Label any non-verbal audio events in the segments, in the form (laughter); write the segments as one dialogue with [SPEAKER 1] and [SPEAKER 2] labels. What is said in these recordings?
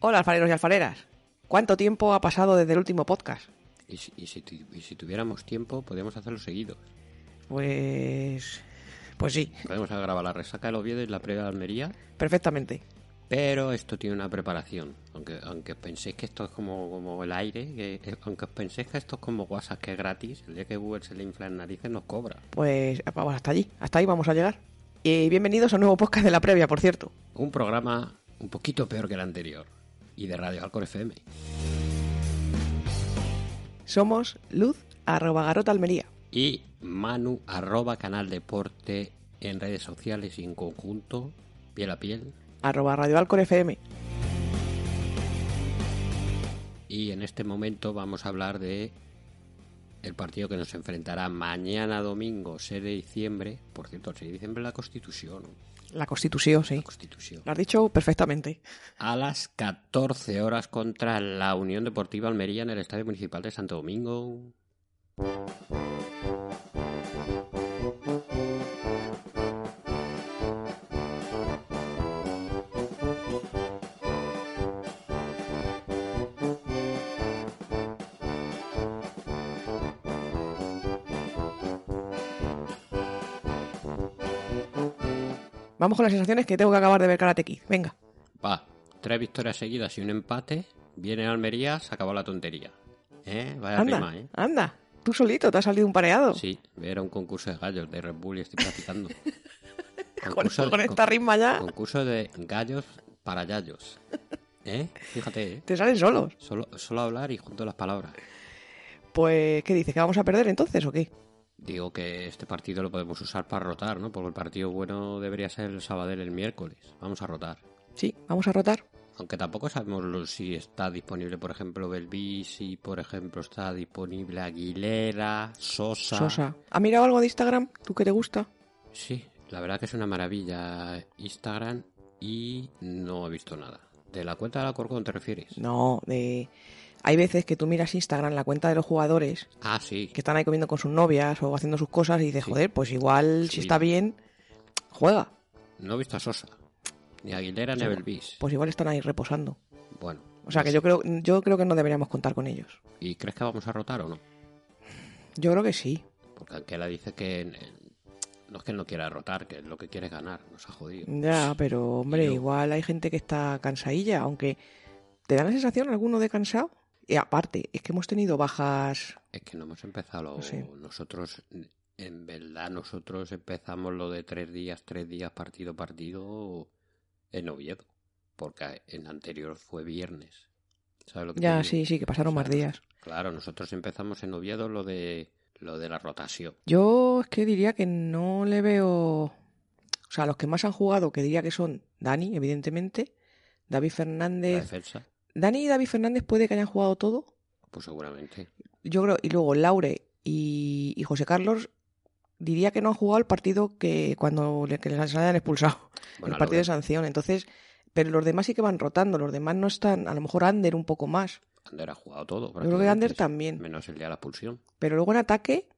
[SPEAKER 1] Hola, alfareros y alfareras. ¿Cuánto tiempo ha pasado desde el último podcast?
[SPEAKER 2] Y si, y si tu- y si tuviéramos tiempo, podríamos hacerlo seguido.
[SPEAKER 1] Pues. Pues sí,
[SPEAKER 2] Podemos (laughs) grabar la resaca del Oviedo y la previa de Almería,
[SPEAKER 1] perfectamente.
[SPEAKER 2] pero esto tiene una preparación. Aunque aunque os penséis que esto es como, como el aire, que, eh, aunque os penséis que esto es como WhatsApp, que es gratis, el día que Google se le infla en narices nos cobra.
[SPEAKER 1] Pues vamos hasta allí, hasta ahí vamos a llegar. Y bienvenidos a un nuevo podcast de la previa, por cierto.
[SPEAKER 2] Un programa un poquito peor que el anterior y de Radio Alcor FM.
[SPEAKER 1] Somos luz arroba garota almería.
[SPEAKER 2] Y Manu arroba canal deporte en redes sociales y en conjunto, piel a piel.
[SPEAKER 1] arroba Radio Alcor FM.
[SPEAKER 2] Y en este momento vamos a hablar de el partido que nos enfrentará mañana domingo 6 de diciembre. Por cierto, el 6 de diciembre la Constitución.
[SPEAKER 1] La Constitución, sí.
[SPEAKER 2] La Constitución.
[SPEAKER 1] Lo has dicho perfectamente.
[SPEAKER 2] A las 14 horas contra la Unión Deportiva Almería en el Estadio Municipal de Santo Domingo.
[SPEAKER 1] Vamos con las sensaciones que tengo que acabar de ver Karate Kid. Venga.
[SPEAKER 2] Va, tres victorias seguidas y un empate. Viene Almería, se acabó la tontería. ¿Eh? Vaya
[SPEAKER 1] anda,
[SPEAKER 2] rima, ¿eh?
[SPEAKER 1] anda. Tú solito, te has salido un pareado.
[SPEAKER 2] Sí, era un concurso de gallos de Red Bull y
[SPEAKER 1] (laughs)
[SPEAKER 2] estoy practicando.
[SPEAKER 1] con,
[SPEAKER 2] Concurso-
[SPEAKER 1] con esta rima ya
[SPEAKER 2] Concurso de gallos para yayos. ¿Eh? Fíjate, ¿eh?
[SPEAKER 1] te salen solos.
[SPEAKER 2] Solo, solo hablar y junto las palabras.
[SPEAKER 1] Pues, ¿qué dices? ¿Que vamos a perder entonces o qué?
[SPEAKER 2] Digo que este partido lo podemos usar para rotar, ¿no? Porque el partido bueno debería ser el Sabadell el miércoles. Vamos a rotar.
[SPEAKER 1] Sí, vamos a rotar.
[SPEAKER 2] Aunque tampoco sabemos lo- si está disponible, por ejemplo, Belvis, si, por ejemplo, está disponible Aguilera, Sosa.
[SPEAKER 1] Sosa. ¿Ha mirado algo de Instagram? ¿Tú que te gusta?
[SPEAKER 2] Sí, la verdad que es una maravilla Instagram y no he visto nada. ¿De la cuenta de la Corcón te refieres?
[SPEAKER 1] No, de... Hay veces que tú miras Instagram, la cuenta de los jugadores,
[SPEAKER 2] Ah, sí.
[SPEAKER 1] que están ahí comiendo con sus novias o haciendo sus cosas y dices,
[SPEAKER 2] Sí.
[SPEAKER 1] joder, pues igual
[SPEAKER 2] Su
[SPEAKER 1] si está
[SPEAKER 2] vida.
[SPEAKER 1] bien, juega.
[SPEAKER 2] No he visto a Sosa, ni a Aguilera, ni a Belvis.
[SPEAKER 1] Pues igual están ahí reposando.
[SPEAKER 2] Bueno.
[SPEAKER 1] O sea que yo creo, yo creo que no deberíamos contar con ellos.
[SPEAKER 2] ¿Y crees que vamos a rotar o no?
[SPEAKER 1] Yo creo que sí.
[SPEAKER 2] Porque Anquela dice que eh, no es que no quiera rotar, que lo que quiere es ganar. Nos ha jodido.
[SPEAKER 1] Ya, pero hombre,
[SPEAKER 2] Yo-
[SPEAKER 1] igual hay gente que está cansadilla, aunque ¿te da la sensación alguno de cansado? Y aparte, es que hemos tenido bajas.
[SPEAKER 2] Es que no hemos empezado lo-
[SPEAKER 1] Sí.
[SPEAKER 2] nosotros. En verdad, nosotros empezamos lo de tres días, tres días, partido, partido en Oviedo. Porque en anterior fue viernes. ¿Sabes lo que te
[SPEAKER 1] Ya,
[SPEAKER 2] digo?
[SPEAKER 1] sí, sí, que pasaron más días.
[SPEAKER 2] Claro, nosotros empezamos en Oviedo lo de lo de la rotación.
[SPEAKER 1] Yo es que diría que no le veo. O sea, los que más han jugado, que diría que son Dani, evidentemente, David
[SPEAKER 2] La
[SPEAKER 1] Fernández.
[SPEAKER 2] defensa,
[SPEAKER 1] Dani y David Fernández puede que hayan jugado todo.
[SPEAKER 2] pues seguramente.
[SPEAKER 1] Yo creo, y luego Laure y, y José Carlos, diría que no han jugado el partido que cuando le- que les hayan expulsado.
[SPEAKER 2] Bueno,
[SPEAKER 1] el partido
[SPEAKER 2] Laura-
[SPEAKER 1] de sanción. Entonces, pero los demás sí que van rotando, los demás no están, a lo mejor Ander un poco más,
[SPEAKER 2] Ander ha jugado todo.
[SPEAKER 1] creo que Ander
[SPEAKER 2] prácticamente,
[SPEAKER 1] también.
[SPEAKER 2] Menos el día de la expulsión.
[SPEAKER 1] pero luego en ataque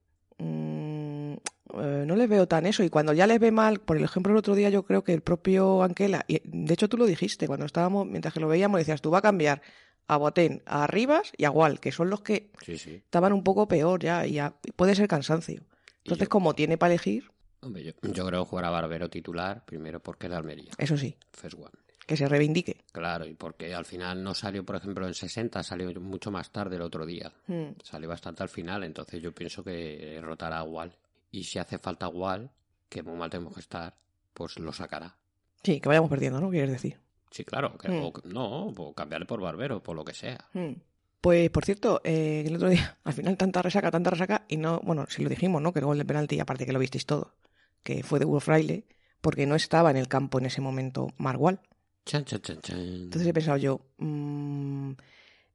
[SPEAKER 1] mm, eh, no les veo tan eso. Y cuando ya les ve mal, por ejemplo, el otro día yo creo que el propio Anquela, y de hecho tú lo dijiste, cuando estábamos, mientras que lo veíamos, decías, tú va a cambiar a Botén, a Rivas y a Gual, que son los que
[SPEAKER 2] Sí, sí.
[SPEAKER 1] estaban un poco peor ya, y a- y puede ser cansancio. Entonces,
[SPEAKER 2] yo-
[SPEAKER 1] como tiene para elegir,
[SPEAKER 2] Hombre, yo, yo creo jugar a Barbero titular, primero porque es de Almería,
[SPEAKER 1] eso sí,
[SPEAKER 2] first one.
[SPEAKER 1] que se reivindique.
[SPEAKER 2] Claro, y porque al final no salió, por ejemplo, en 60, salió mucho más tarde el otro día.
[SPEAKER 1] Mm.
[SPEAKER 2] Salió bastante al final, entonces yo pienso que eh, rotará a Wal. Y si hace falta Wal, que muy mal tenemos que estar, pues lo sacará.
[SPEAKER 1] Sí, que vayamos perdiendo, ¿no? Quieres decir.
[SPEAKER 2] Sí, claro, que-
[SPEAKER 1] Mm.
[SPEAKER 2] o que- no, o cambiarle por Barbero, por lo que sea.
[SPEAKER 1] Hmm. Pues, por cierto, eh, el otro día, (laughs) al final tanta resaca, tanta resaca, y no, bueno, si lo dijimos, ¿no? Que el gol de penalti, y aparte que lo visteis todo, que fue de Hugo Fraile, porque no estaba en el campo en ese momento Marwal.
[SPEAKER 2] Chan, chan, chan, chan.
[SPEAKER 1] Entonces he pensado yo, mm,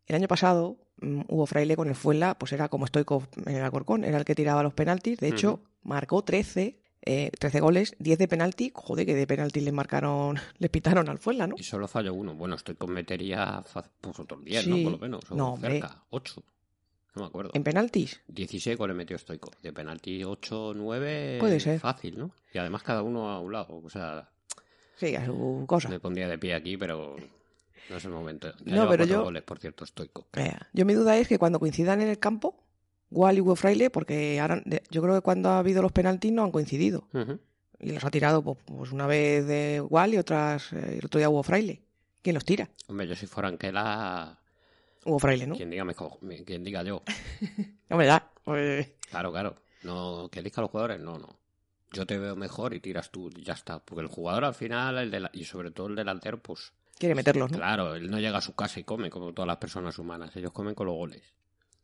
[SPEAKER 1] el año pasado, mm, Hugo Fraile con el Fuenla, pues era como estoico en el Alcorcón, era el que tiraba los penaltis, de hecho,
[SPEAKER 2] Ujú.
[SPEAKER 1] marcó 13, eh, 13 goles, 10 de penalti, joder, que de penalti le marcaron, (laughs) le pitaron al Fuenla, ¿no?
[SPEAKER 2] Y solo falló uno. Bueno, estoy con metería fa- pues otros 10,
[SPEAKER 1] Sí.
[SPEAKER 2] ¿no? Por lo menos. O
[SPEAKER 1] No, hombre. Em
[SPEAKER 2] cerca. 8. No me acuerdo.
[SPEAKER 1] En penaltis,
[SPEAKER 2] 16 goles metió Stoico. De penalti 8, 9.
[SPEAKER 1] Puede ser.
[SPEAKER 2] Fácil, ¿no? Y además cada uno a un lado. O sea,
[SPEAKER 1] sí, a su cosa.
[SPEAKER 2] me pondría de pie aquí, pero No es el momento. Ya
[SPEAKER 1] Pues No,
[SPEAKER 2] lleva
[SPEAKER 1] pero
[SPEAKER 2] cuatro
[SPEAKER 1] yo-
[SPEAKER 2] goles, por cierto, estoico.
[SPEAKER 1] Vea, Yo mi duda es que cuando coincidan en el campo, Wall y Hugo Fraile, porque ahora, de- yo creo que cuando ha habido los penaltis no han coincidido.
[SPEAKER 2] Ujú.
[SPEAKER 1] Y los ha tirado pues, pues, una vez de Wall y otras, eh, el otro día Hugo Fraile. ¿Quién los tira?
[SPEAKER 2] Hombre, yo si fuera Anquela,
[SPEAKER 1] Hugo Fraile, ¿no?
[SPEAKER 2] quien diga mejor, quien diga yo.
[SPEAKER 1] No me da. Pues,
[SPEAKER 2] Claro, claro. No, que elija a los jugadores, no, no. Yo te veo mejor y tiras tú, y ya está. Porque el jugador al final, el dela- y sobre todo el delantero, pues
[SPEAKER 1] quiere meterlos, ¿no?
[SPEAKER 2] claro, él no llega a su casa y come como todas las personas humanas. Ellos comen con los goles.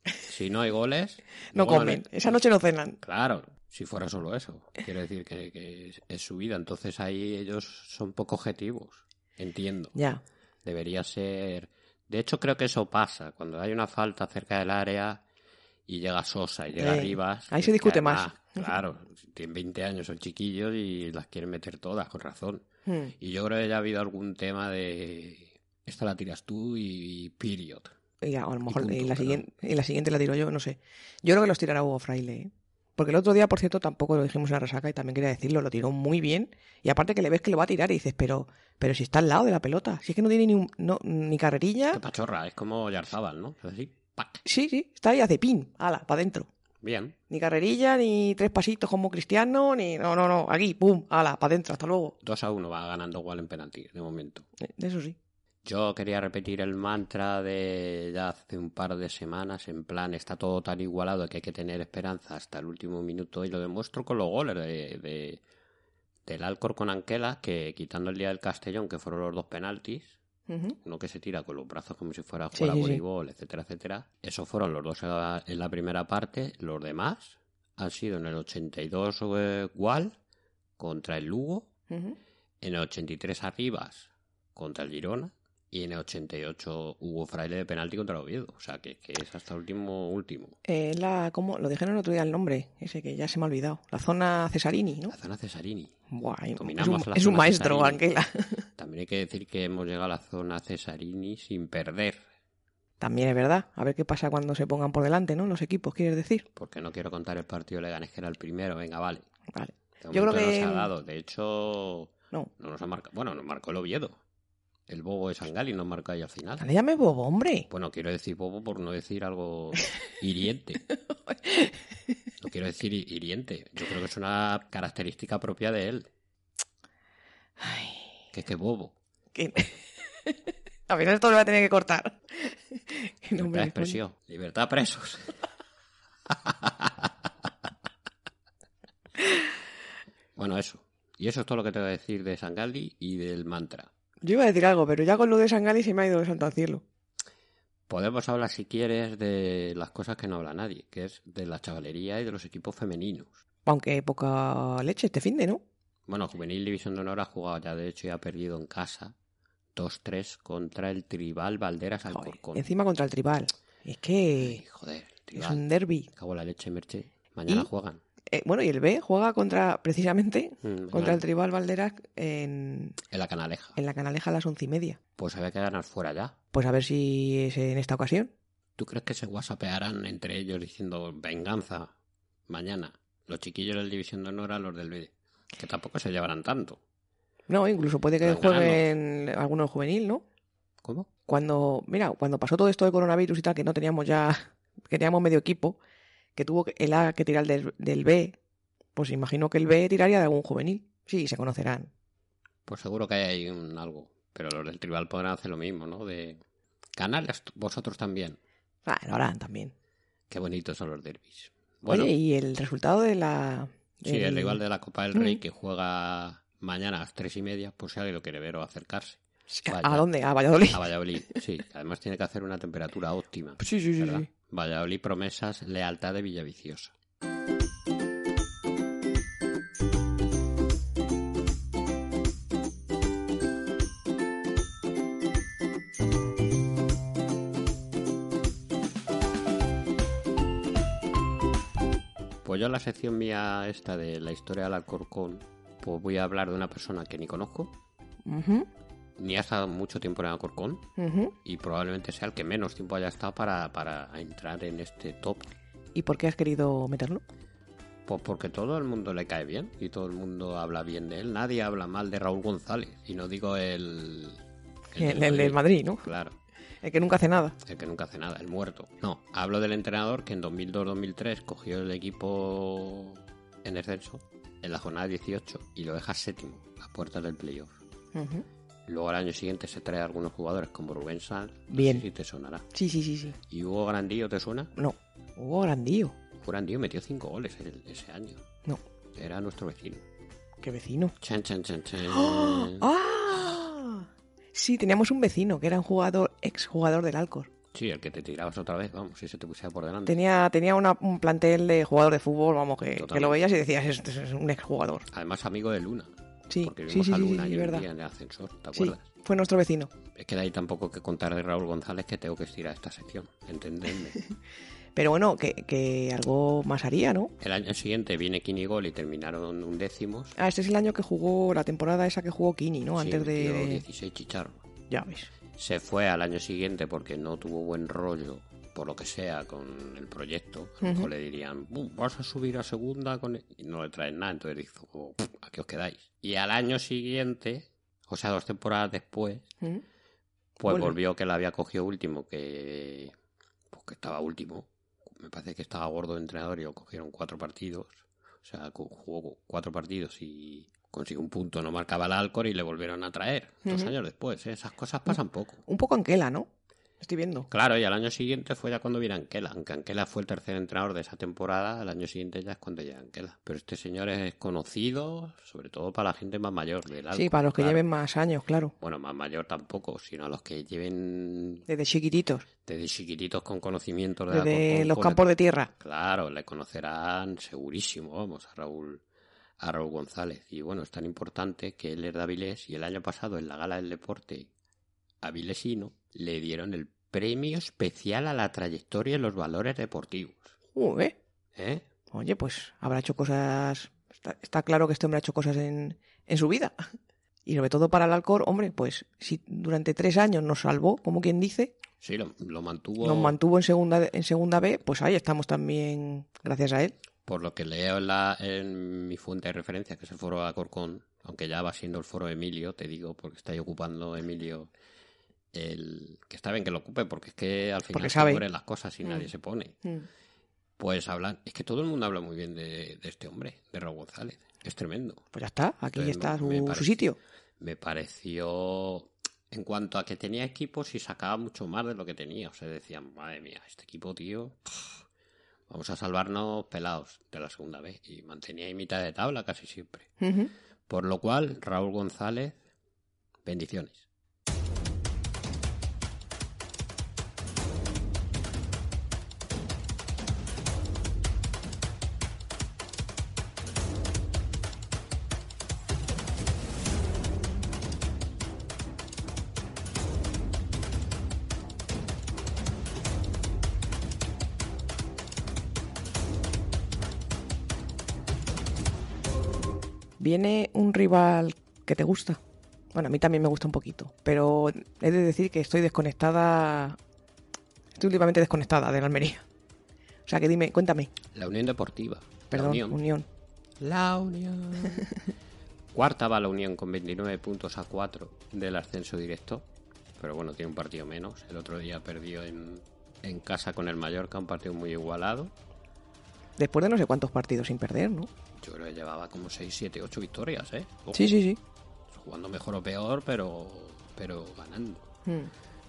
[SPEAKER 2] Si no hay goles,
[SPEAKER 1] No
[SPEAKER 2] luego
[SPEAKER 1] comen.
[SPEAKER 2] le-
[SPEAKER 1] Esa noche no cenan.
[SPEAKER 2] Claro, si fuera solo eso. Quiero decir que, que es, es su vida. Entonces ahí ellos son poco objetivos. Entiendo.
[SPEAKER 1] Ya.
[SPEAKER 2] Debería ser. De hecho, creo que eso pasa. Cuando hay una falta cerca del área y llega Sosa y llega
[SPEAKER 1] Eh,
[SPEAKER 2] Rivas.
[SPEAKER 1] ahí se
[SPEAKER 2] que
[SPEAKER 1] discute más. (laughs)
[SPEAKER 2] Claro, tienen 20 años, son chiquillos y las quieren meter todas, con razón.
[SPEAKER 1] Hmm.
[SPEAKER 2] Y yo creo que ya ha habido algún tema de. Esta la tiras tú y. Period.
[SPEAKER 1] Y a, a lo mejor
[SPEAKER 2] punto,
[SPEAKER 1] en, la
[SPEAKER 2] pero-
[SPEAKER 1] siguiente, en la siguiente la tiro yo, no sé. Yo creo que los tirará Hugo Fraile. ¿eh? Porque el otro día, por cierto, tampoco lo dijimos en la resaca y también quería decirlo, lo tiró muy bien. Y aparte que le ves que lo va a tirar y dices, pero, pero si está al lado de la pelota, si es que no tiene ni, un- no- ni
[SPEAKER 2] Qué
[SPEAKER 1] carrerilla.
[SPEAKER 2] pachorra, es como Yarzábal, ¿no? Es así, ¡pac!
[SPEAKER 1] Sí, sí, está ahí hace pin, ala, para adentro.
[SPEAKER 2] Bien.
[SPEAKER 1] Ni carrerilla, ni tres pasitos como cristiano, ni. No, no, no, aquí, pum, ala, para adentro, hasta luego.
[SPEAKER 2] 2 a 1 va ganando igual en penalti, de momento.
[SPEAKER 1] Eh, Eso sí.
[SPEAKER 2] Yo quería repetir el mantra de ya hace un par de semanas, en plan, está todo tan igualado que hay que tener esperanza hasta el último minuto y lo demuestro con los goles de, de- del Alcor con Anquela, que quitando el día del Castellón, que fueron los dos penaltis,
[SPEAKER 1] Ujú.
[SPEAKER 2] uno que se tira con los brazos como si fuera a
[SPEAKER 1] Sí,
[SPEAKER 2] jugar
[SPEAKER 1] sí,
[SPEAKER 2] a
[SPEAKER 1] sí.
[SPEAKER 2] voleibol, etcétera, etcétera. Esos fueron los dos en la- en la primera parte, los demás han sido en el 82 eh, Gual contra el Lugo
[SPEAKER 1] Ujú.
[SPEAKER 2] en el 83 Arribas contra el Girona y en el 88 hubo fraile de penalti contra el Oviedo. O sea, que, que es hasta el último último.
[SPEAKER 1] Eh, la, ¿cómo? Lo dijeron el otro día el nombre, ese que ya se me ha olvidado. La zona Cesarini, ¿no?
[SPEAKER 2] La zona Cesarini.
[SPEAKER 1] Buah, es un,
[SPEAKER 2] Dominamos la
[SPEAKER 1] es un
[SPEAKER 2] zona
[SPEAKER 1] maestro,
[SPEAKER 2] Cesarini.
[SPEAKER 1] Ángela.
[SPEAKER 2] También hay que decir que hemos llegado a la zona Cesarini sin perder,
[SPEAKER 1] También es verdad. A ver qué pasa cuando se pongan por delante, ¿no? Los equipos, quieres decir.
[SPEAKER 2] porque no quiero contar el partido de Leganés que era el primero. Venga, vale.
[SPEAKER 1] Vale.
[SPEAKER 2] De
[SPEAKER 1] Yo
[SPEAKER 2] momento
[SPEAKER 1] creo
[SPEAKER 2] no
[SPEAKER 1] que-
[SPEAKER 2] se ha dado. De hecho,
[SPEAKER 1] No.
[SPEAKER 2] no nos ha marcado. Bueno, nos marcó el Oviedo. El bobo de Sangali nos marcó ahí al final.
[SPEAKER 1] No le llames bobo, hombre.
[SPEAKER 2] Bueno, quiero decir bobo por no decir algo hiriente. No quiero decir hi- hiriente. Yo creo que es una característica propia de él.
[SPEAKER 1] Ay,
[SPEAKER 2] Que es que bobo.
[SPEAKER 1] que- (laughs) Al final esto lo va a tener que cortar. (laughs) Qué
[SPEAKER 2] Libertad
[SPEAKER 1] nombre le pone.
[SPEAKER 2] de expresión. Libertad presos. (laughs) bueno, eso. Y eso es todo lo que te voy a decir de Sangaldi y del mantra.
[SPEAKER 1] Yo iba a decir algo, pero ya con lo de Sangali se me ha ido de santo al cielo.
[SPEAKER 2] Podemos hablar, si quieres, de las cosas que no habla nadie, que es de la chavalería y de los equipos femeninos.
[SPEAKER 1] Aunque poca leche este fin de, ¿no?
[SPEAKER 2] Bueno, Juvenil División de Honor ha jugado ya, de hecho, y ha perdido en casa 2-3 contra el Tribal Valderas
[SPEAKER 1] Joder,
[SPEAKER 2] Alcorcón.
[SPEAKER 1] Encima contra el tribal. Es que
[SPEAKER 2] Ay, joder, el
[SPEAKER 1] es
[SPEAKER 2] Tribal.
[SPEAKER 1] un derby.
[SPEAKER 2] Me Cago en la leche, Merche. Mañana
[SPEAKER 1] ¿Y?
[SPEAKER 2] juegan.
[SPEAKER 1] Eh, bueno, y el B juega contra, precisamente,
[SPEAKER 2] Mm,
[SPEAKER 1] contra
[SPEAKER 2] mañana.
[SPEAKER 1] el tribal Valderas en,
[SPEAKER 2] En la canaleja.
[SPEAKER 1] en la canaleja a las once y media.
[SPEAKER 2] Pues había que ganar fuera ya.
[SPEAKER 1] Pues a ver si es en esta ocasión.
[SPEAKER 2] ¿Tú crees que se whatsappearán entre ellos diciendo venganza mañana? Los chiquillos del División de Honor a los del B. Que tampoco se llevarán tanto.
[SPEAKER 1] No, incluso puede que
[SPEAKER 2] Los gananos.
[SPEAKER 1] jueguen algunos juvenil, ¿no?
[SPEAKER 2] ¿Cómo?
[SPEAKER 1] Cuando, mira, cuando pasó todo esto de coronavirus y tal, que no teníamos ya, (laughs) que teníamos medio equipo, que tuvo que- el A que tirar del, del B, pues imagino que el B tiraría de algún juvenil. Sí, se conocerán.
[SPEAKER 2] Pues seguro que hay ahí un algo. Pero los del Tribal podrán hacer lo mismo, ¿no? De canales vosotros también.
[SPEAKER 1] Ah, lo harán también.
[SPEAKER 2] Qué bonitos son los derbis. Bueno,
[SPEAKER 1] Oye, y el resultado de la...
[SPEAKER 2] sí, el...
[SPEAKER 1] del-
[SPEAKER 2] rival de la Copa del Rey
[SPEAKER 1] Mm.
[SPEAKER 2] que juega mañana a las tres y media, pues si alguien lo quiere ver o acercarse.
[SPEAKER 1] ¿A
[SPEAKER 2] Vaya.
[SPEAKER 1] dónde? ¿A
[SPEAKER 2] (laughs)
[SPEAKER 1] Valladolid?
[SPEAKER 2] A Valladolid, sí. Además tiene que hacer una temperatura óptima.
[SPEAKER 1] (laughs) Sí, sí, sí,
[SPEAKER 2] ¿verdad?
[SPEAKER 1] sí.
[SPEAKER 2] Valladolid promesas, lealtad de Villaviciosa. Pues yo en la sección mía esta de la historia del Alcorcón, pues voy a hablar de una persona que ni conozco,
[SPEAKER 1] Ujú,
[SPEAKER 2] ni ha estado mucho tiempo en Alcorcón,
[SPEAKER 1] ujú.
[SPEAKER 2] y probablemente sea el que menos tiempo haya estado para, para entrar en este top.
[SPEAKER 1] ¿Y por qué has querido meterlo?
[SPEAKER 2] Pues porque todo el mundo le cae bien y todo el mundo habla bien de él. Nadie habla mal de Raúl González. Y no digo el,
[SPEAKER 1] El, el del Madrid, ¿no?
[SPEAKER 2] Claro,
[SPEAKER 1] El que nunca hace nada.
[SPEAKER 2] el que nunca hace nada, el muerto. No, hablo del entrenador que en 2002-2003 cogió el equipo en descenso en la jornada 18 y lo deja séptimo a puertas del playoff.
[SPEAKER 1] Ujú.
[SPEAKER 2] Luego al año siguiente se trae a algunos jugadores como Rubén Sanz. no
[SPEAKER 1] Bien.
[SPEAKER 2] sé si te sonará.
[SPEAKER 1] Sí, sí, sí, sí.
[SPEAKER 2] ¿Y Hugo Grandillo te suena?
[SPEAKER 1] No. Oh, grandío.
[SPEAKER 2] Hugo Grandillo metió 5 goles el- ese año.
[SPEAKER 1] No.
[SPEAKER 2] Era nuestro vecino.
[SPEAKER 1] Qué vecino.
[SPEAKER 2] Chan, chan, chan, chan.
[SPEAKER 1] ¡Oh! ¡Ah! Sí, teníamos un vecino que era un jugador, exjugador del Alcor.
[SPEAKER 2] Sí, el que te tirabas otra vez, vamos, si se te pusiera por delante.
[SPEAKER 1] Tenía, tenía una- un plantel de jugador de fútbol, vamos, que, que
[SPEAKER 2] Totalmente.
[SPEAKER 1] lo veías y decías, este es un exjugador.
[SPEAKER 2] Además, amigo de Luna.
[SPEAKER 1] Sí,
[SPEAKER 2] porque
[SPEAKER 1] sí,
[SPEAKER 2] vimos
[SPEAKER 1] sí,
[SPEAKER 2] a
[SPEAKER 1] sí, sí,
[SPEAKER 2] Luna
[SPEAKER 1] sí,
[SPEAKER 2] y un
[SPEAKER 1] verdad.
[SPEAKER 2] día en el ascensor, ¿te
[SPEAKER 1] Sí,
[SPEAKER 2] acuerdas?
[SPEAKER 1] fue nuestro vecino.
[SPEAKER 2] Es que de ahí tampoco que contar de Raúl González que tengo que estirar esta sección,
[SPEAKER 1] (laughs)
[SPEAKER 2] entendedme.
[SPEAKER 1] Pero bueno, que, que algo más haría, ¿no?
[SPEAKER 2] el año siguiente viene Kinigol y terminaron undécimos.
[SPEAKER 1] Ah, este es el año que jugó, la temporada esa que jugó Kini, ¿no?
[SPEAKER 2] Sí,
[SPEAKER 1] Antes
[SPEAKER 2] metió
[SPEAKER 1] de...
[SPEAKER 2] 16 chicharros.
[SPEAKER 1] Ya ves.
[SPEAKER 2] Se fue al año siguiente porque no tuvo buen rollo, por lo que sea, con el proyecto. A lo mejor le dirían, "Bu, vas a subir a segunda con el-". y no le traen nada. Entonces dijo, "Oh, pff, aquí os quedáis. Y al año siguiente, o sea, dos temporadas después,
[SPEAKER 1] ¿Mm?
[SPEAKER 2] pues
[SPEAKER 1] Vuelve.
[SPEAKER 2] volvió que la había cogido último, que, pues que estaba último. Me parece que estaba gordo de entrenador y lo cogieron cuatro partidos. O sea, cu- jugó cuatro partidos y consiguió un punto, no marcaba el Alcor y le volvieron a traer. Dos
[SPEAKER 1] Ujú.
[SPEAKER 2] años después, ¿eh? esas cosas pasan poco.
[SPEAKER 1] Un poco Anquela, ¿no? Estoy viendo.
[SPEAKER 2] Claro, y al año siguiente fue ya cuando viene Anquela. Aunque Anquela fue el tercer entrenador de esa temporada, al año siguiente ya es cuando llega Anquela. Pero este señor es conocido, sobre todo para la gente más mayor del Alcor.
[SPEAKER 1] Sí, para los que
[SPEAKER 2] claro.
[SPEAKER 1] lleven más años, claro.
[SPEAKER 2] Bueno, más mayor tampoco, sino a los que lleven
[SPEAKER 1] Desde chiquititos,
[SPEAKER 2] desde chiquititos con conocimientos de la
[SPEAKER 1] desde
[SPEAKER 2] Alcorcón,
[SPEAKER 1] los
[SPEAKER 2] pues,
[SPEAKER 1] campos de tierra.
[SPEAKER 2] Claro, le conocerán segurísimo, vamos, a Raúl, a Raúl González. Y bueno, es tan importante que él es de Avilés y el año pasado en la Gala del Deporte Avilesino le dieron el premio especial a la trayectoria y los valores deportivos.
[SPEAKER 1] Uh, ¿eh?
[SPEAKER 2] ¿Eh?
[SPEAKER 1] Oye, pues habrá hecho cosas. Está, está claro que este hombre ha hecho cosas en, en su vida. Y sobre todo para el Alcor, hombre, pues si durante tres años nos salvó, como quien dice,
[SPEAKER 2] Sí, lo, lo mantuvo.
[SPEAKER 1] nos mantuvo en segunda, en segunda B, pues ahí estamos también gracias a él.
[SPEAKER 2] Por lo que leo en, la- en mi fuente de referencia, que es el foro de Acorcón, aunque ya va siendo el foro de Emilio, te digo, porque está ahí ocupando Emilio el. que está bien que lo ocupe, porque es que al final
[SPEAKER 1] Porque
[SPEAKER 2] se
[SPEAKER 1] sabe.
[SPEAKER 2] mueren las cosas y
[SPEAKER 1] Mm.
[SPEAKER 2] nadie se pone. Pues hablan. Es que todo el mundo habla muy bien de, de este hombre, de Raúl González. Es tremendo.
[SPEAKER 1] Pues ya está, aquí
[SPEAKER 2] Entonces,
[SPEAKER 1] está
[SPEAKER 2] me- me
[SPEAKER 1] su,
[SPEAKER 2] parece-
[SPEAKER 1] su sitio.
[SPEAKER 2] Me pareció. En cuanto a que tenía equipos y sacaba mucho más de lo que tenía. O sea, decían, madre mía, este equipo, tío. pff, Vamos a salvarnos pelados de la segunda vez. Y mantenía ahí mitad de tabla casi siempre.
[SPEAKER 1] Ujú.
[SPEAKER 2] Por lo cual, Raúl González, bendiciones.
[SPEAKER 1] Viene un rival que te gusta. Bueno, a mí también me gusta un poquito, pero he de decir que estoy desconectada. Estoy últimamente desconectada de la Almería. O sea que dime, cuéntame.
[SPEAKER 2] La Unión Deportiva.
[SPEAKER 1] Perdón,
[SPEAKER 2] la Unión.
[SPEAKER 1] Unión.
[SPEAKER 2] La Unión. (laughs) Cuarta va la Unión con 29 puntos a 4 del ascenso directo. Pero bueno, tiene un partido menos. El otro día perdió en, en casa con el Mallorca, un partido muy igualado.
[SPEAKER 1] Después de no sé cuántos partidos sin perder, ¿no?
[SPEAKER 2] Yo creo que llevaba como 6, 7, 8 victorias, ¿eh? Ojo,
[SPEAKER 1] Sí, sí, sí.
[SPEAKER 2] Jugando mejor o peor, pero, pero ganando.
[SPEAKER 1] Mm.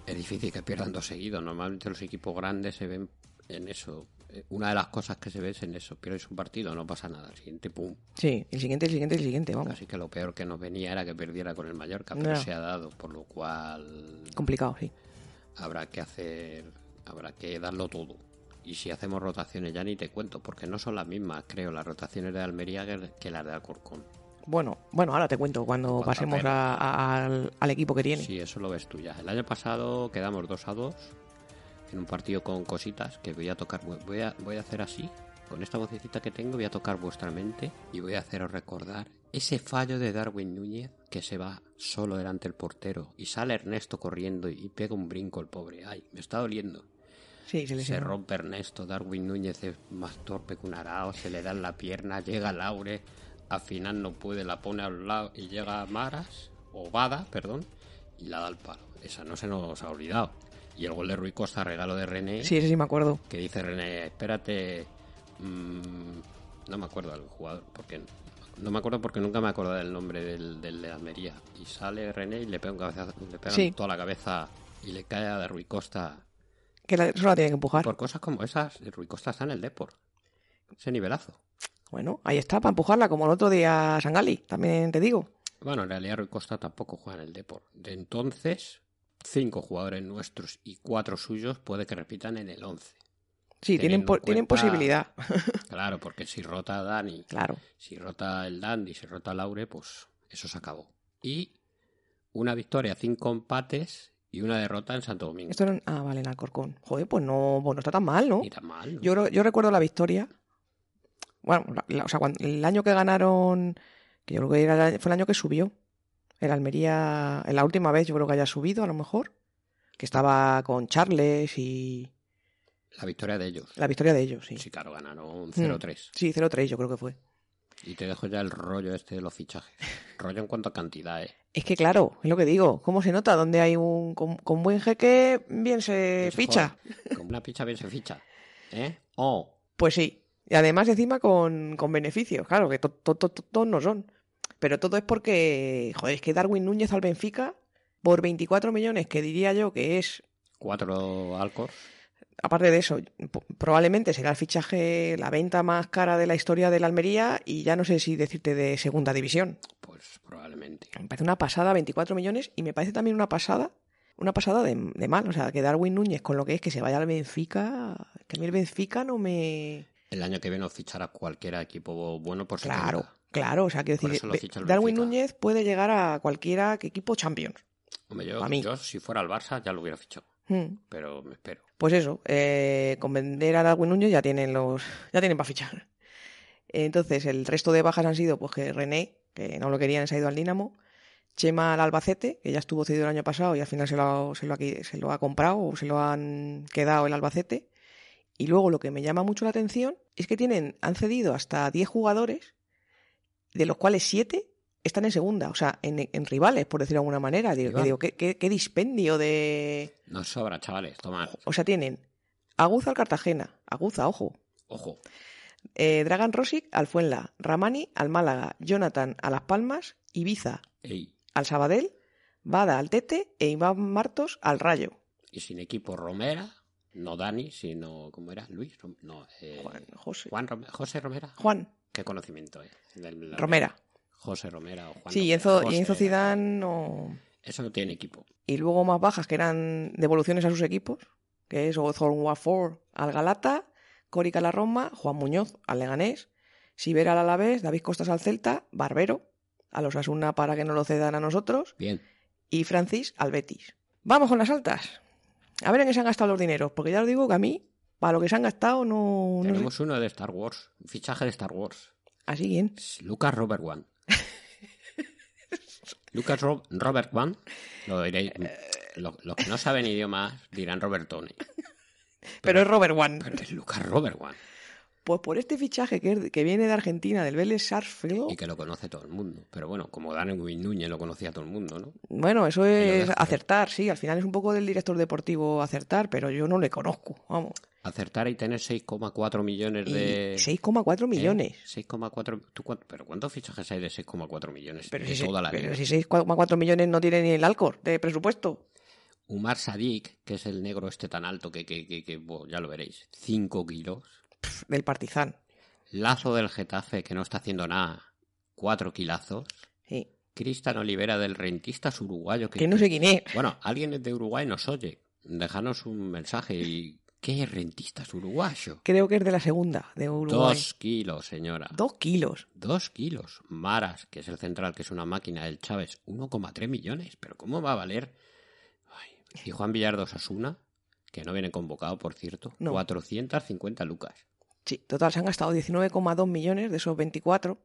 [SPEAKER 2] Es difícil que pierdan dos seguidos. Normalmente los equipos grandes se ven en eso. Eh, Una de las cosas que se ve es en eso. Pierdes un partido, no pasa nada. El siguiente, pum.
[SPEAKER 1] Sí, el siguiente, el siguiente, el siguiente, vamos.
[SPEAKER 2] Así que lo peor que nos venía era que perdiera con el Mallorca, pero
[SPEAKER 1] Ya.
[SPEAKER 2] se ha dado, por lo cual
[SPEAKER 1] Complicado, sí.
[SPEAKER 2] habrá que hacer, habrá que darlo todo. Y si hacemos rotaciones ya ni te cuento, porque no son las mismas, creo, las rotaciones de Almería que- que las de Alcorcón.
[SPEAKER 1] Bueno, bueno, ahora te cuento cuando
[SPEAKER 2] Cuando
[SPEAKER 1] pasemos
[SPEAKER 2] apenas.
[SPEAKER 1] a- a- al, al equipo que tiene.
[SPEAKER 2] Sí, eso lo ves tú ya. El año pasado quedamos 2 a 2 en un partido con cositas que voy a tocar. Voy a, voy a hacer así. Con esta vocecita que tengo voy a tocar vuestra mente y voy a haceros recordar ese fallo de Darwin Núñez que se va solo delante del portero y sale Ernesto corriendo y pega un brinco el pobre. Ay, me está doliendo.
[SPEAKER 1] Sí, se
[SPEAKER 2] Se
[SPEAKER 1] lesionó.
[SPEAKER 2] rompe Ernesto, Darwin Núñez es más torpe que un arao, se le da en la pierna, llega Laure, al final no puede, la pone a un lado y llega Maras, o Bada, perdón, y la da al palo. Esa no se nos ha olvidado. Y el gol de Rui Costa, regalo de René,
[SPEAKER 1] Sí, ese sí me acuerdo.
[SPEAKER 2] que dice René, espérate, mm, no me acuerdo del jugador, porque no me acuerdo porque nunca me acordaba del nombre del, del de Almería. Y sale René y le pega un cabezazo- le pegan
[SPEAKER 1] Sí.
[SPEAKER 2] toda la cabeza y le cae a Rui Costa.
[SPEAKER 1] Que la, eso la tiene que empujar.
[SPEAKER 2] Por cosas como esas, eh, Rui Costa está en el Depor. Ese nivelazo.
[SPEAKER 1] Bueno, ahí está, para empujarla, como el otro día Sangali, también te digo.
[SPEAKER 2] Bueno, en realidad Rui Costa tampoco juega en el Depor. De entonces, cinco jugadores nuestros y cuatro suyos puede que repitan en
[SPEAKER 1] (laughs)
[SPEAKER 2] el 11.
[SPEAKER 1] Sí, tienen,
[SPEAKER 2] Teniendo
[SPEAKER 1] po-
[SPEAKER 2] en
[SPEAKER 1] tienen
[SPEAKER 2] cuenta-
[SPEAKER 1] posibilidad.
[SPEAKER 2] Claro, porque si rota Dani,
[SPEAKER 1] Claro.
[SPEAKER 2] si rota el Dandy, si rota Laure, pues eso se acabó. Y una victoria, cinco empates y una derrota en Santo Domingo.
[SPEAKER 1] Esto no- Ah, vale, en Alcorcón. Joder, pues no, pues no está tan mal, ¿no?
[SPEAKER 2] Ni tan mal. ¿no?
[SPEAKER 1] Yo, creo- yo recuerdo la victoria. Bueno, la- la- o sea, cuando- el año que ganaron, que yo creo que era el año- fue el año que subió. El Almería, en la última vez yo creo que haya subido, a lo mejor. Que estaba con Charles y
[SPEAKER 2] La victoria de ellos.
[SPEAKER 1] la victoria de ellos, sí.
[SPEAKER 2] Sí, claro, ganaron 0-3.
[SPEAKER 1] Sí, 0-3 yo creo que fue. Mm.
[SPEAKER 2] Y te dejo ya el rollo este de
[SPEAKER 1] (laughs)
[SPEAKER 2] los fichajes. rollo en cuanto a cantidad, ¿eh?
[SPEAKER 1] Es que claro, es lo que digo. ¿Cómo se nota? Donde hay un... Con, con buen jeque, bien se
[SPEAKER 2] Eso,
[SPEAKER 1] ficha.
[SPEAKER 2] joder, Con una ficha bien se ficha. ¿Eh? Oh,
[SPEAKER 1] Pues sí. Y además encima con, con beneficios, claro, que todos no son. Pero todo es porque, joder, es que Darwin Núñez al Benfica, por 24 millones, que diría yo que es,
[SPEAKER 2] cuatro Alcors.
[SPEAKER 1] aparte de eso, p- probablemente será el fichaje, la venta más cara de la historia de la Almería y ya no sé si decirte de segunda división.
[SPEAKER 2] Pues probablemente.
[SPEAKER 1] Me parece una pasada 24 millones y me parece también una pasada, una pasada de, de mal. O sea, que Darwin Núñez con lo que es que se vaya al Benfica, que a mí el Benfica no me...
[SPEAKER 2] El año que viene os fichará cualquier equipo bueno por 70.
[SPEAKER 1] Claro, claro. O sea, quiero
[SPEAKER 2] Por
[SPEAKER 1] decir,
[SPEAKER 2] eso lo
[SPEAKER 1] ve-
[SPEAKER 2] ficha el
[SPEAKER 1] Darwin
[SPEAKER 2] Benfica.
[SPEAKER 1] Núñez puede llegar a cualquiera que equipo Champions.
[SPEAKER 2] Hombre, yo,
[SPEAKER 1] Pa' mí.
[SPEAKER 2] yo si fuera al Barça ya lo hubiera fichado,
[SPEAKER 1] Mm.
[SPEAKER 2] pero me espero.
[SPEAKER 1] Pues eso, eh, con vender a Darwin Núñez ya tienen los, ya tienen para fichar. Entonces, el resto de bajas han sido pues que René, que no lo querían, se ha ido al Dinamo, Chema al Albacete, que ya estuvo cedido el año pasado y al final se lo ha, se lo ha qui- se lo ha comprado o se lo han quedado el Albacete. Y luego lo que me llama mucho la atención es que tienen, han cedido hasta 10 jugadores, de los cuales 7 están en segunda, o sea, en, en rivales, por decirlo de alguna manera. Digo,
[SPEAKER 2] Rival.
[SPEAKER 1] digo, qué- qué- qué dispendio de...
[SPEAKER 2] No sobra, chavales, toma,
[SPEAKER 1] O sea, tienen Aguza al Cartagena, Aguza, ojo.
[SPEAKER 2] ojo.
[SPEAKER 1] eh, Dragan Rosic al Fuenla, Ramani al Málaga, Jonathan a Las Palmas, Ibiza
[SPEAKER 2] Ey,
[SPEAKER 1] al Sabadell, Bada al Tete e Iván Martos al Rayo.
[SPEAKER 2] y sin equipo Romera, no Dani, sino, ¿cómo era? Luis, Rom- no, eh,
[SPEAKER 1] Juan, José.
[SPEAKER 2] Juan Rome- José Romera.
[SPEAKER 1] Juan,
[SPEAKER 2] Qué conocimiento, ¿eh? Del- la-
[SPEAKER 1] Romera.
[SPEAKER 2] José Romera o Juan
[SPEAKER 1] Sí, y
[SPEAKER 2] Romera.
[SPEAKER 1] Enzo, y
[SPEAKER 2] José
[SPEAKER 1] Enzo
[SPEAKER 2] era-
[SPEAKER 1] Zidane no-
[SPEAKER 2] Eso no tiene equipo.
[SPEAKER 1] Y luego más bajas que eran devoluciones a sus equipos, que es Ozon Wafor al Galata, Corica a la Roma, Juan Muñoz al Leganés, Sivera al Alavés, David Costas al Celta, Barbero a los Asuna para que no lo cedan a nosotros,
[SPEAKER 2] Bien,
[SPEAKER 1] y Francis al Betis. Vamos con las altas. A ver en qué se han gastado los dineros, porque ya os digo que a mí, para lo que se han gastado, no. no sé.
[SPEAKER 2] tenemos uno de Star Wars, un fichaje de Star Wars.
[SPEAKER 1] Así bien.
[SPEAKER 2] Es Lucas Robert
[SPEAKER 1] (laughs)
[SPEAKER 2] One. Lucas Ro- Robert One, lo diréis. lo- los que no saben idiomas dirán Robert Tony.
[SPEAKER 1] Pero, es Robert One.
[SPEAKER 2] Pero es Lucas Robert One.
[SPEAKER 1] Pues por este fichaje que, es- que viene de Argentina, del Vélez Sarsfield.
[SPEAKER 2] Y que lo conoce todo el mundo. Pero bueno, como Dani Núñez lo conocía todo el mundo, ¿no?
[SPEAKER 1] Bueno, eso
[SPEAKER 2] de
[SPEAKER 1] es
[SPEAKER 2] Argentina.
[SPEAKER 1] acertar, sí. Al final es un poco del director deportivo acertar, pero yo no le conozco. Vamos.
[SPEAKER 2] Acertar y tener 6,4 millones
[SPEAKER 1] Y
[SPEAKER 2] de.
[SPEAKER 1] 6,4
[SPEAKER 2] ¿Eh?
[SPEAKER 1] millones.
[SPEAKER 2] 6,4. ¿Tú cuánto- ¿Pero cuántos fichajes hay de 6,4 millones?
[SPEAKER 1] Pero,
[SPEAKER 2] de
[SPEAKER 1] si, se-
[SPEAKER 2] toda la
[SPEAKER 1] pero
[SPEAKER 2] liga.
[SPEAKER 1] si 6,4 millones no tiene ni el Alcor de presupuesto.
[SPEAKER 2] Umar Sadik, que es el negro este tan alto que, que, que- que, bueno, ya lo veréis, 5 kilos.
[SPEAKER 1] Pff, Del Partizan.
[SPEAKER 2] Lazo del Getafe, que no está haciendo nada, 4 kilazos.
[SPEAKER 1] Sí.
[SPEAKER 2] Cristian Olivera del Rentistas Uruguayo. Que,
[SPEAKER 1] Que no sé quién es.
[SPEAKER 2] Bueno, alguien de Uruguay nos oye. Dejanos un mensaje. y ¿Qué es Rentistas Uruguayo?
[SPEAKER 1] Creo que es de la segunda, de Uruguay.
[SPEAKER 2] Dos kilos, señora.
[SPEAKER 1] Dos kilos.
[SPEAKER 2] Dos kilos. Maras, que es el central, que es una máquina del Chávez, 1,3 millones. Pero ¿cómo va a valer? Ay, Y Juan Villardo Sasuna, que no viene convocado, por cierto,
[SPEAKER 1] No.
[SPEAKER 2] 450 lucas.
[SPEAKER 1] Sí, total, se han gastado 19,2 millones de esos 24.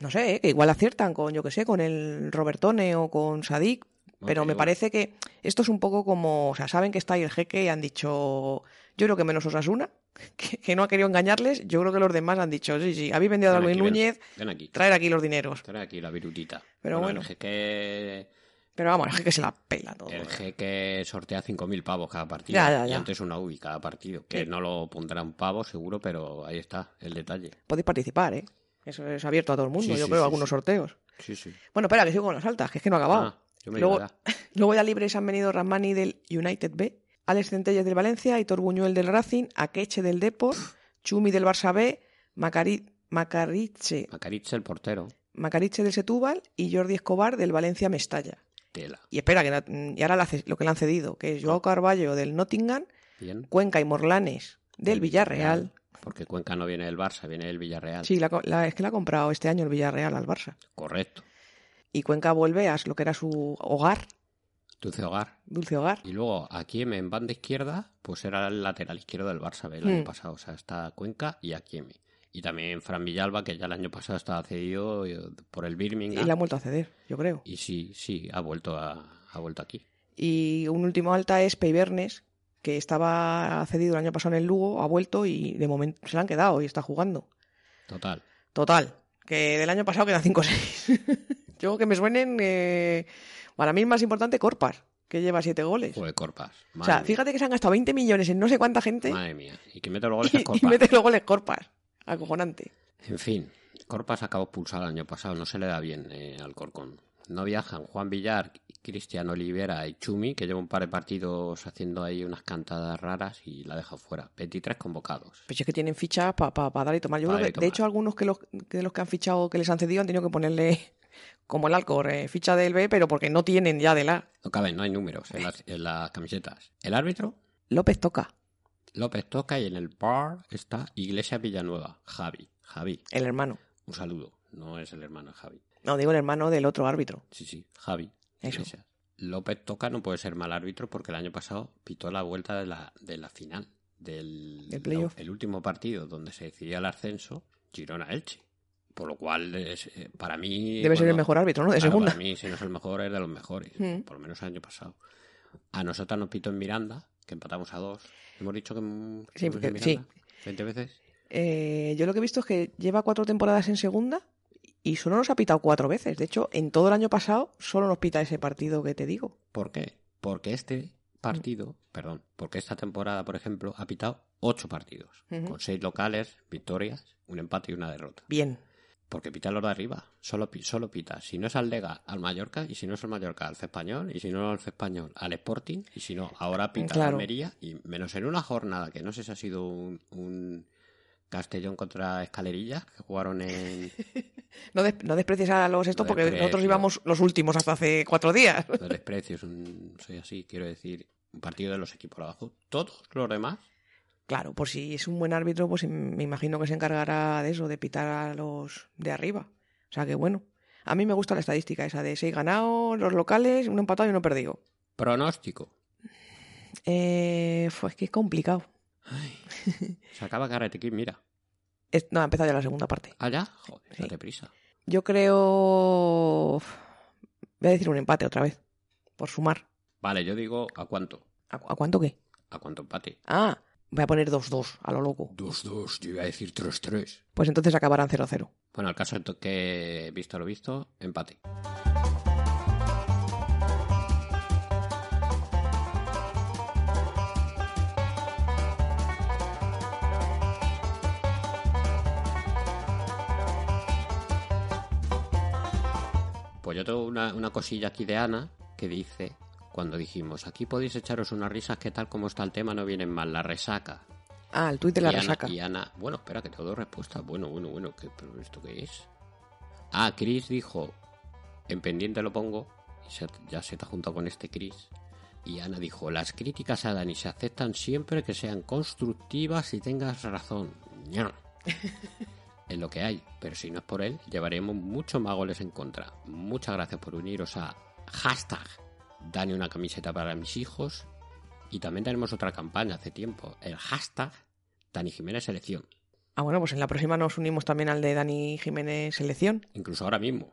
[SPEAKER 1] No sé, ¿eh? que igual aciertan con, yo que sé, con el Robertone o con Sadik. Pero
[SPEAKER 2] Ok,
[SPEAKER 1] me
[SPEAKER 2] bueno.
[SPEAKER 1] parece que esto es un poco como, o sea, saben que está ahí el jeque y han dicho, yo creo que menos Osasuna, (laughs) que, que no ha querido engañarles, yo creo que los demás han dicho, sí, sí, habéis vendido a
[SPEAKER 2] Ven
[SPEAKER 1] Darwin
[SPEAKER 2] aquí, ven.
[SPEAKER 1] Núñez,
[SPEAKER 2] Ven aquí.
[SPEAKER 1] traer aquí los dineros.
[SPEAKER 2] Trae aquí la virutita.
[SPEAKER 1] Pero
[SPEAKER 2] Bueno,
[SPEAKER 1] bueno.
[SPEAKER 2] el jeque
[SPEAKER 1] Pero vamos, el jeque se la pela todo. ¿eh?
[SPEAKER 2] El jeque sortea 5.000 pavos cada partido.
[SPEAKER 1] Ya, ya,
[SPEAKER 2] Y
[SPEAKER 1] ya.
[SPEAKER 2] antes una UBI cada partido. Que
[SPEAKER 1] Sí.
[SPEAKER 2] no lo pondrá un pavo, seguro, pero ahí está el detalle.
[SPEAKER 1] Podéis participar, ¿eh? Eso es abierto a todo el mundo,
[SPEAKER 2] Sí,
[SPEAKER 1] yo
[SPEAKER 2] sí,
[SPEAKER 1] creo,
[SPEAKER 2] sí,
[SPEAKER 1] algunos
[SPEAKER 2] sí.
[SPEAKER 1] sorteos.
[SPEAKER 2] Sí, sí.
[SPEAKER 1] Bueno, espera, que sigo con las altas, que es que no he acabado.
[SPEAKER 2] Ah, yo me
[SPEAKER 1] Luego-
[SPEAKER 2] iba ya.
[SPEAKER 1] Luego ya libres han venido Ramani del United B, Alex Centelles del Valencia, Aitor Buñuel del Racing, Akeche del Depor, Chumi del Barça B, Macari- Macariche,
[SPEAKER 2] Macariche, el portero.
[SPEAKER 1] Macariche del Setúbal y Jordi Escobar del Valencia Mestalla.
[SPEAKER 2] Tela.
[SPEAKER 1] Y espera, que no- y ahora la ce- lo que le han cedido, que es Joao Carballo del Nottingham,
[SPEAKER 2] Bien.
[SPEAKER 1] Cuenca y Morlanes del Villarreal.
[SPEAKER 2] Porque Cuenca no viene del Barça, viene del Villarreal.
[SPEAKER 1] Sí, la co- la- es que la ha comprado este año el Villarreal al Barça.
[SPEAKER 2] Correcto.
[SPEAKER 1] Y Cuenca vuelve a lo que era su hogar,
[SPEAKER 2] Dulce Hogar.
[SPEAKER 1] dulce hogar.
[SPEAKER 2] Y luego aquí en banda izquierda, pues era el lateral izquierdo del Barça B el año
[SPEAKER 1] Mm.
[SPEAKER 2] pasado. O sea, está Cuenca y Akiemi. Y también Fran Villalba, que ya el año pasado estaba cedido eh, por el
[SPEAKER 1] Y
[SPEAKER 2] Birmingham.
[SPEAKER 1] la han vuelto a ceder, yo creo.
[SPEAKER 2] Y sí, sí, ha vuelto a, ha vuelto aquí.
[SPEAKER 1] Y un último alta es Peibernes, que estaba cedido el año pasado en el Lugo, ha vuelto y de momento se la han quedado y está jugando.
[SPEAKER 2] Total.
[SPEAKER 1] Total, que del año pasado quedan (laughs) 5 o 6. Yo que me suenen, eh, para mí el más importante Corpas, que lleva 7 goles.
[SPEAKER 2] Fue Corpas.
[SPEAKER 1] o
[SPEAKER 2] Madre
[SPEAKER 1] sea,
[SPEAKER 2] mía.
[SPEAKER 1] fíjate que se han gastado 20 millones en no sé cuánta gente
[SPEAKER 2] Madre mía. Y que mete
[SPEAKER 1] (laughs)
[SPEAKER 2] los goles
[SPEAKER 1] y,
[SPEAKER 2] a
[SPEAKER 1] y
[SPEAKER 2] Corpas.
[SPEAKER 1] mete los goles Corpas. Acojonante.
[SPEAKER 2] En fin, Corpas acabó expulsado el año pasado, no se le da bien eh, al Corcón. No viajan Juan Villar, Cristian Olivera y Chumi, que lleva un par de partidos haciendo ahí unas cantadas raras y la deja fuera. 23 convocados.
[SPEAKER 1] Pues es que tienen fichas para dar y tomar. Yo
[SPEAKER 2] Pa'
[SPEAKER 1] creo
[SPEAKER 2] dar y
[SPEAKER 1] que, de
[SPEAKER 2] tomar.
[SPEAKER 1] hecho, algunos que los, que de los que han fichado, que les han cedido, han tenido que ponerle, (laughs) como el Alcor, eh, ficha del B, pero porque no tienen ya del A.
[SPEAKER 2] No caben, no hay números en las, en las camisetas. El árbitro,
[SPEAKER 1] López toca.
[SPEAKER 2] López Toca, y en el bar está Iglesias Villanueva, Javi. Javi,
[SPEAKER 1] El hermano.
[SPEAKER 2] un saludo. No es el hermano de Javi.
[SPEAKER 1] No, digo el hermano del otro árbitro.
[SPEAKER 2] Sí, sí, Javi.
[SPEAKER 1] Eso.
[SPEAKER 2] Iglesias. López Toca no puede ser mal árbitro porque el año pasado pitó la vuelta de la, de la final del
[SPEAKER 1] Del playoff.
[SPEAKER 2] la- el último partido donde se decidía el ascenso, Girona-Elche. Por lo cual, es, eh, para mí...
[SPEAKER 1] Debe ser
[SPEAKER 2] cuando-
[SPEAKER 1] el mejor árbitro, ¿no? De
[SPEAKER 2] Claro,
[SPEAKER 1] segunda.
[SPEAKER 2] Para mí, si no es el mejor, es de los mejores.
[SPEAKER 1] Mm.
[SPEAKER 2] Por lo menos el año pasado. A nosotras nos pitó en Miranda, que empatamos a dos. Hemos dicho que... mm,
[SPEAKER 1] Sí,
[SPEAKER 2] fuimos en
[SPEAKER 1] porque- sí.
[SPEAKER 2] Miranda 20 veces.
[SPEAKER 1] Eh, yo lo que he visto es que lleva cuatro temporadas en segunda y solo nos ha pitado cuatro veces. De hecho, en todo el año pasado solo nos pita ese partido que te digo.
[SPEAKER 2] ¿Por qué? Porque este
[SPEAKER 1] Mm.
[SPEAKER 2] partido, perdón, porque esta temporada, por ejemplo, ha pitado ocho partidos,
[SPEAKER 1] Ujú.
[SPEAKER 2] con seis locales, victorias, un empate y una derrota.
[SPEAKER 1] Bien.
[SPEAKER 2] Porque pita los de arriba, solo, pi- solo pita. Si no es al Lega, al Mallorca, y si no es al Mallorca, al Español, y si no al Español, al Sporting, y si no, ahora pita al
[SPEAKER 1] Claro.
[SPEAKER 2] Almería, y menos en una jornada, que no sé si ha sido un, un Castellón contra Escalerillas, que jugaron
[SPEAKER 1] (laughs)
[SPEAKER 2] en...
[SPEAKER 1] No, des- no desprecies a los estos
[SPEAKER 2] No
[SPEAKER 1] porque nosotros
[SPEAKER 2] desprecio.
[SPEAKER 1] íbamos los últimos hasta hace cuatro días.
[SPEAKER 2] los desprecios, un, soy así, quiero decir, un partido de los equipos de abajo. Todos los demás
[SPEAKER 1] Claro, por si es un buen árbitro, pues me imagino que se encargará de eso, de pitar a los de arriba. O sea que bueno. A mí me gusta la estadística esa de seis ganados, los locales, uno empatado y uno perdido.
[SPEAKER 2] Pronóstico.
[SPEAKER 1] Eh, pues que es complicado.
[SPEAKER 2] Se acaba Garretequín, mira.
[SPEAKER 1] Es- no, ha empezado ya la segunda parte.
[SPEAKER 2] Allá, joder,
[SPEAKER 1] Sí.
[SPEAKER 2] date prisa.
[SPEAKER 1] Yo creo. Voy a decir un empate otra vez. Por sumar.
[SPEAKER 2] Vale, yo digo, ¿a cuánto?
[SPEAKER 1] ¿A, cu- a cuánto qué?
[SPEAKER 2] ¿A cuánto empate?
[SPEAKER 1] Ah, voy a poner 2-2 a lo loco.
[SPEAKER 2] 2-2, yo iba a decir 3-3.
[SPEAKER 1] Pues entonces acabarán 0-0.
[SPEAKER 2] Bueno, el caso es que, visto lo visto, empate. Pues yo tengo una, una cosilla aquí de Ana que dice, cuando dijimos, aquí podéis echaros unas risas que tal como está el tema no vienen mal, la resaca.
[SPEAKER 1] Ah, el tuit de la
[SPEAKER 2] Y Ana-
[SPEAKER 1] resaca.
[SPEAKER 2] y Ana- bueno, espera, que te doy respuesta. Bueno, bueno, bueno, ¿qué, ¿pero esto qué es? Ah, Chris dijo, en pendiente lo pongo, y se- ya se te ha juntado con este Chris. Y Ana dijo, las críticas a Dani se aceptan siempre que sean constructivas y tengas razón.
[SPEAKER 1] (laughs)
[SPEAKER 2] Ña. es lo que hay, pero si no es por él, llevaremos muchos más goles en contra. Muchas gracias por uniros a hashtag Dani una camiseta para mis hijos. Y también tenemos otra campaña hace tiempo, el hashtag Dani Jiménez Selección.
[SPEAKER 1] Ah, bueno, pues en la próxima nos unimos también al de Dani Jiménez Selección.
[SPEAKER 2] Incluso ahora mismo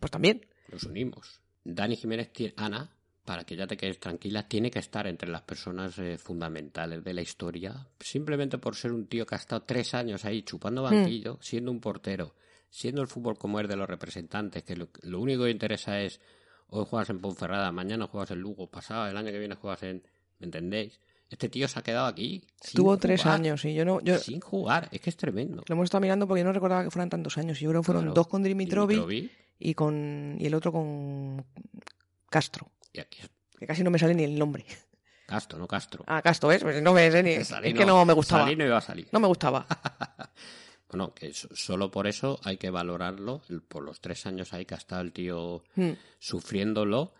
[SPEAKER 1] Pues también.
[SPEAKER 2] nos unimos. Dani Jiménez, ti- Ana, para que ya te quedes tranquila, tiene que estar entre las personas eh, fundamentales de la historia. Simplemente por ser un tío que ha estado tres años ahí chupando
[SPEAKER 1] Hmm.
[SPEAKER 2] banquillo, siendo un portero, siendo el fútbol como es de los representantes, que lo, lo único que interesa es Hoy juegas en Ponferrada, mañana juegas en Lugo, pasado, el año que viene juegas en... ¿Me entendéis? Este tío se ha quedado aquí.
[SPEAKER 1] Estuvo
[SPEAKER 2] sin
[SPEAKER 1] tres
[SPEAKER 2] jugar,
[SPEAKER 1] años y yo no. Yo
[SPEAKER 2] Sin jugar, es que es tremendo.
[SPEAKER 1] lo hemos estado mirando porque yo no recordaba que fueran tantos años. Yo creo que fueron
[SPEAKER 2] Claro,
[SPEAKER 1] dos con Dimitrovic
[SPEAKER 2] Dimitrovic,
[SPEAKER 1] y con y el otro con Castro,
[SPEAKER 2] y aquí es
[SPEAKER 1] que casi no me sale ni el nombre.
[SPEAKER 2] Castro, no Castro.
[SPEAKER 1] Ah, Castro es, pues no me sé ni. Es
[SPEAKER 2] Salí
[SPEAKER 1] que no me gustaba.
[SPEAKER 2] salí no iba a salir.
[SPEAKER 1] No me
[SPEAKER 2] (laughs)
[SPEAKER 1] gustaba.
[SPEAKER 2] Bueno, que so- solo por eso hay que valorarlo, el- por los tres años ahí que ha estado el tío
[SPEAKER 1] Mm.
[SPEAKER 2] sufriéndolo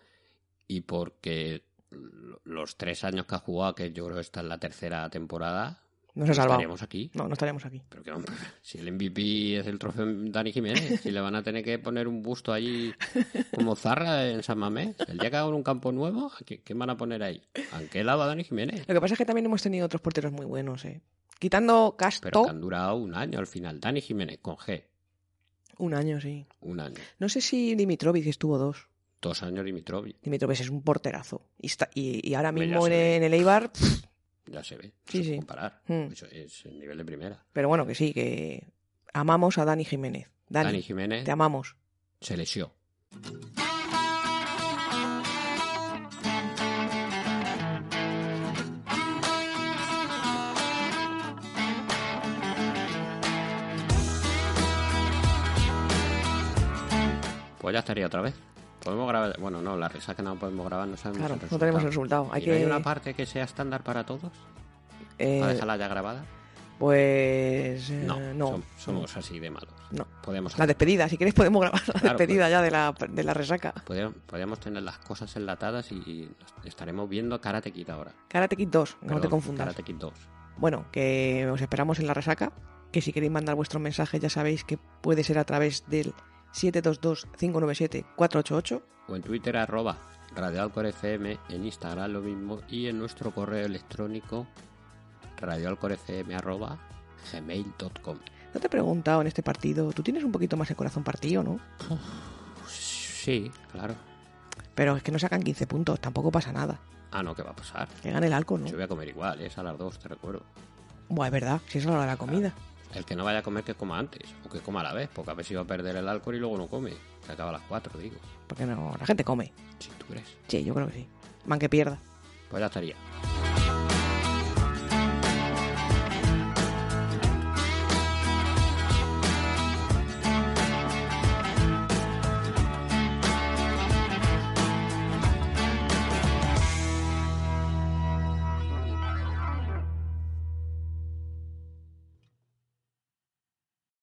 [SPEAKER 2] y porque lo- los tres años que ha jugado, que yo creo que esta es la tercera temporada,
[SPEAKER 1] No se ha salvado.
[SPEAKER 2] estaríamos aquí.
[SPEAKER 1] No, no estaríamos aquí.
[SPEAKER 2] Pero que hombre, (laughs) si el MVP es el trofeo Dani Jiménez, si le van a tener que poner un busto allí como zarra en San Mamés, el día que hagan un campo nuevo, ¿a ¿qué, qué van a poner ahí? Anquela va Dani Jiménez.
[SPEAKER 1] Lo que pasa es que también hemos tenido otros porteros muy buenos, ¿eh? Quitando
[SPEAKER 2] Pero
[SPEAKER 1] Castro,
[SPEAKER 2] que han durado un año al final. Dani Jiménez con G,
[SPEAKER 1] un año, sí.
[SPEAKER 2] un año.
[SPEAKER 1] No sé si Dimitrovic estuvo dos.
[SPEAKER 2] Dos años Dimitrovic,
[SPEAKER 1] Dimitrovic es un porterazo. Y, está- y- y ahora
[SPEAKER 2] Hombre, ya
[SPEAKER 1] mismo en,
[SPEAKER 2] se ve.
[SPEAKER 1] en el Eibar. pff,
[SPEAKER 2] ya se ve. no
[SPEAKER 1] Sí,
[SPEAKER 2] se puede
[SPEAKER 1] sí.
[SPEAKER 2] comparar.
[SPEAKER 1] Mm.
[SPEAKER 2] Eso es el nivel de primera.
[SPEAKER 1] Pero bueno, que sí, que amamos a Dani Jiménez. Dani,
[SPEAKER 2] Dani Jiménez
[SPEAKER 1] te amamos.
[SPEAKER 2] se lesió. Pues ya estaría otra vez. Podemos grabar. Bueno, no, la resaca no podemos grabar, no sabemos
[SPEAKER 1] Claro,
[SPEAKER 2] el
[SPEAKER 1] no tenemos el resultado. Hay
[SPEAKER 2] ¿Y no hay
[SPEAKER 1] que-
[SPEAKER 2] una parte que sea estándar para todos?
[SPEAKER 1] Eh,
[SPEAKER 2] ¿Para dejarla ya grabada?
[SPEAKER 1] pues. eh,
[SPEAKER 2] No,
[SPEAKER 1] no.
[SPEAKER 2] som- somos así de malos.
[SPEAKER 1] No.
[SPEAKER 2] Podemos,
[SPEAKER 1] La despedida, si quieres podemos grabar la
[SPEAKER 2] Claro,
[SPEAKER 1] despedida ya de la, de la resaca.
[SPEAKER 2] podríamos, podríamos tener las cosas enlatadas y, y nos- estaremos viendo Karate Kid ahora.
[SPEAKER 1] Karate Kid 2, no te
[SPEAKER 2] Perdón,
[SPEAKER 1] confundas.
[SPEAKER 2] Karate Kid 2.
[SPEAKER 1] Bueno, que os esperamos en la resaca. Que si queréis mandar vuestros mensajes, ya sabéis que puede ser a través del 722-597-488.
[SPEAKER 2] O en Twitter, arroba Radio Alcor FM, en Instagram lo mismo y en nuestro correo electrónico radioalcorfm arroba gmail.com.
[SPEAKER 1] No te he preguntado en este partido, tú tienes un poquito más el corazón partido, ¿no?
[SPEAKER 2] Sí, claro.
[SPEAKER 1] Pero es que no sacan 15 puntos, tampoco pasa nada.
[SPEAKER 2] Ah, no, ¿qué va a pasar?
[SPEAKER 1] Que gane el alcohol, ¿no?
[SPEAKER 2] Yo voy a comer igual, es a las 2, te recuerdo.
[SPEAKER 1] Bueno, es verdad, si es la hora de la comida.
[SPEAKER 2] El que no vaya a comer, que coma antes, o que coma a la vez, porque a ver si va a perder el alcohol y luego no come. Se acaba a las 4, digo.
[SPEAKER 1] Porque no, la gente come.
[SPEAKER 2] Si tú crees.
[SPEAKER 1] Sí, yo creo que sí. Man que pierda.
[SPEAKER 2] Pues ya estaría.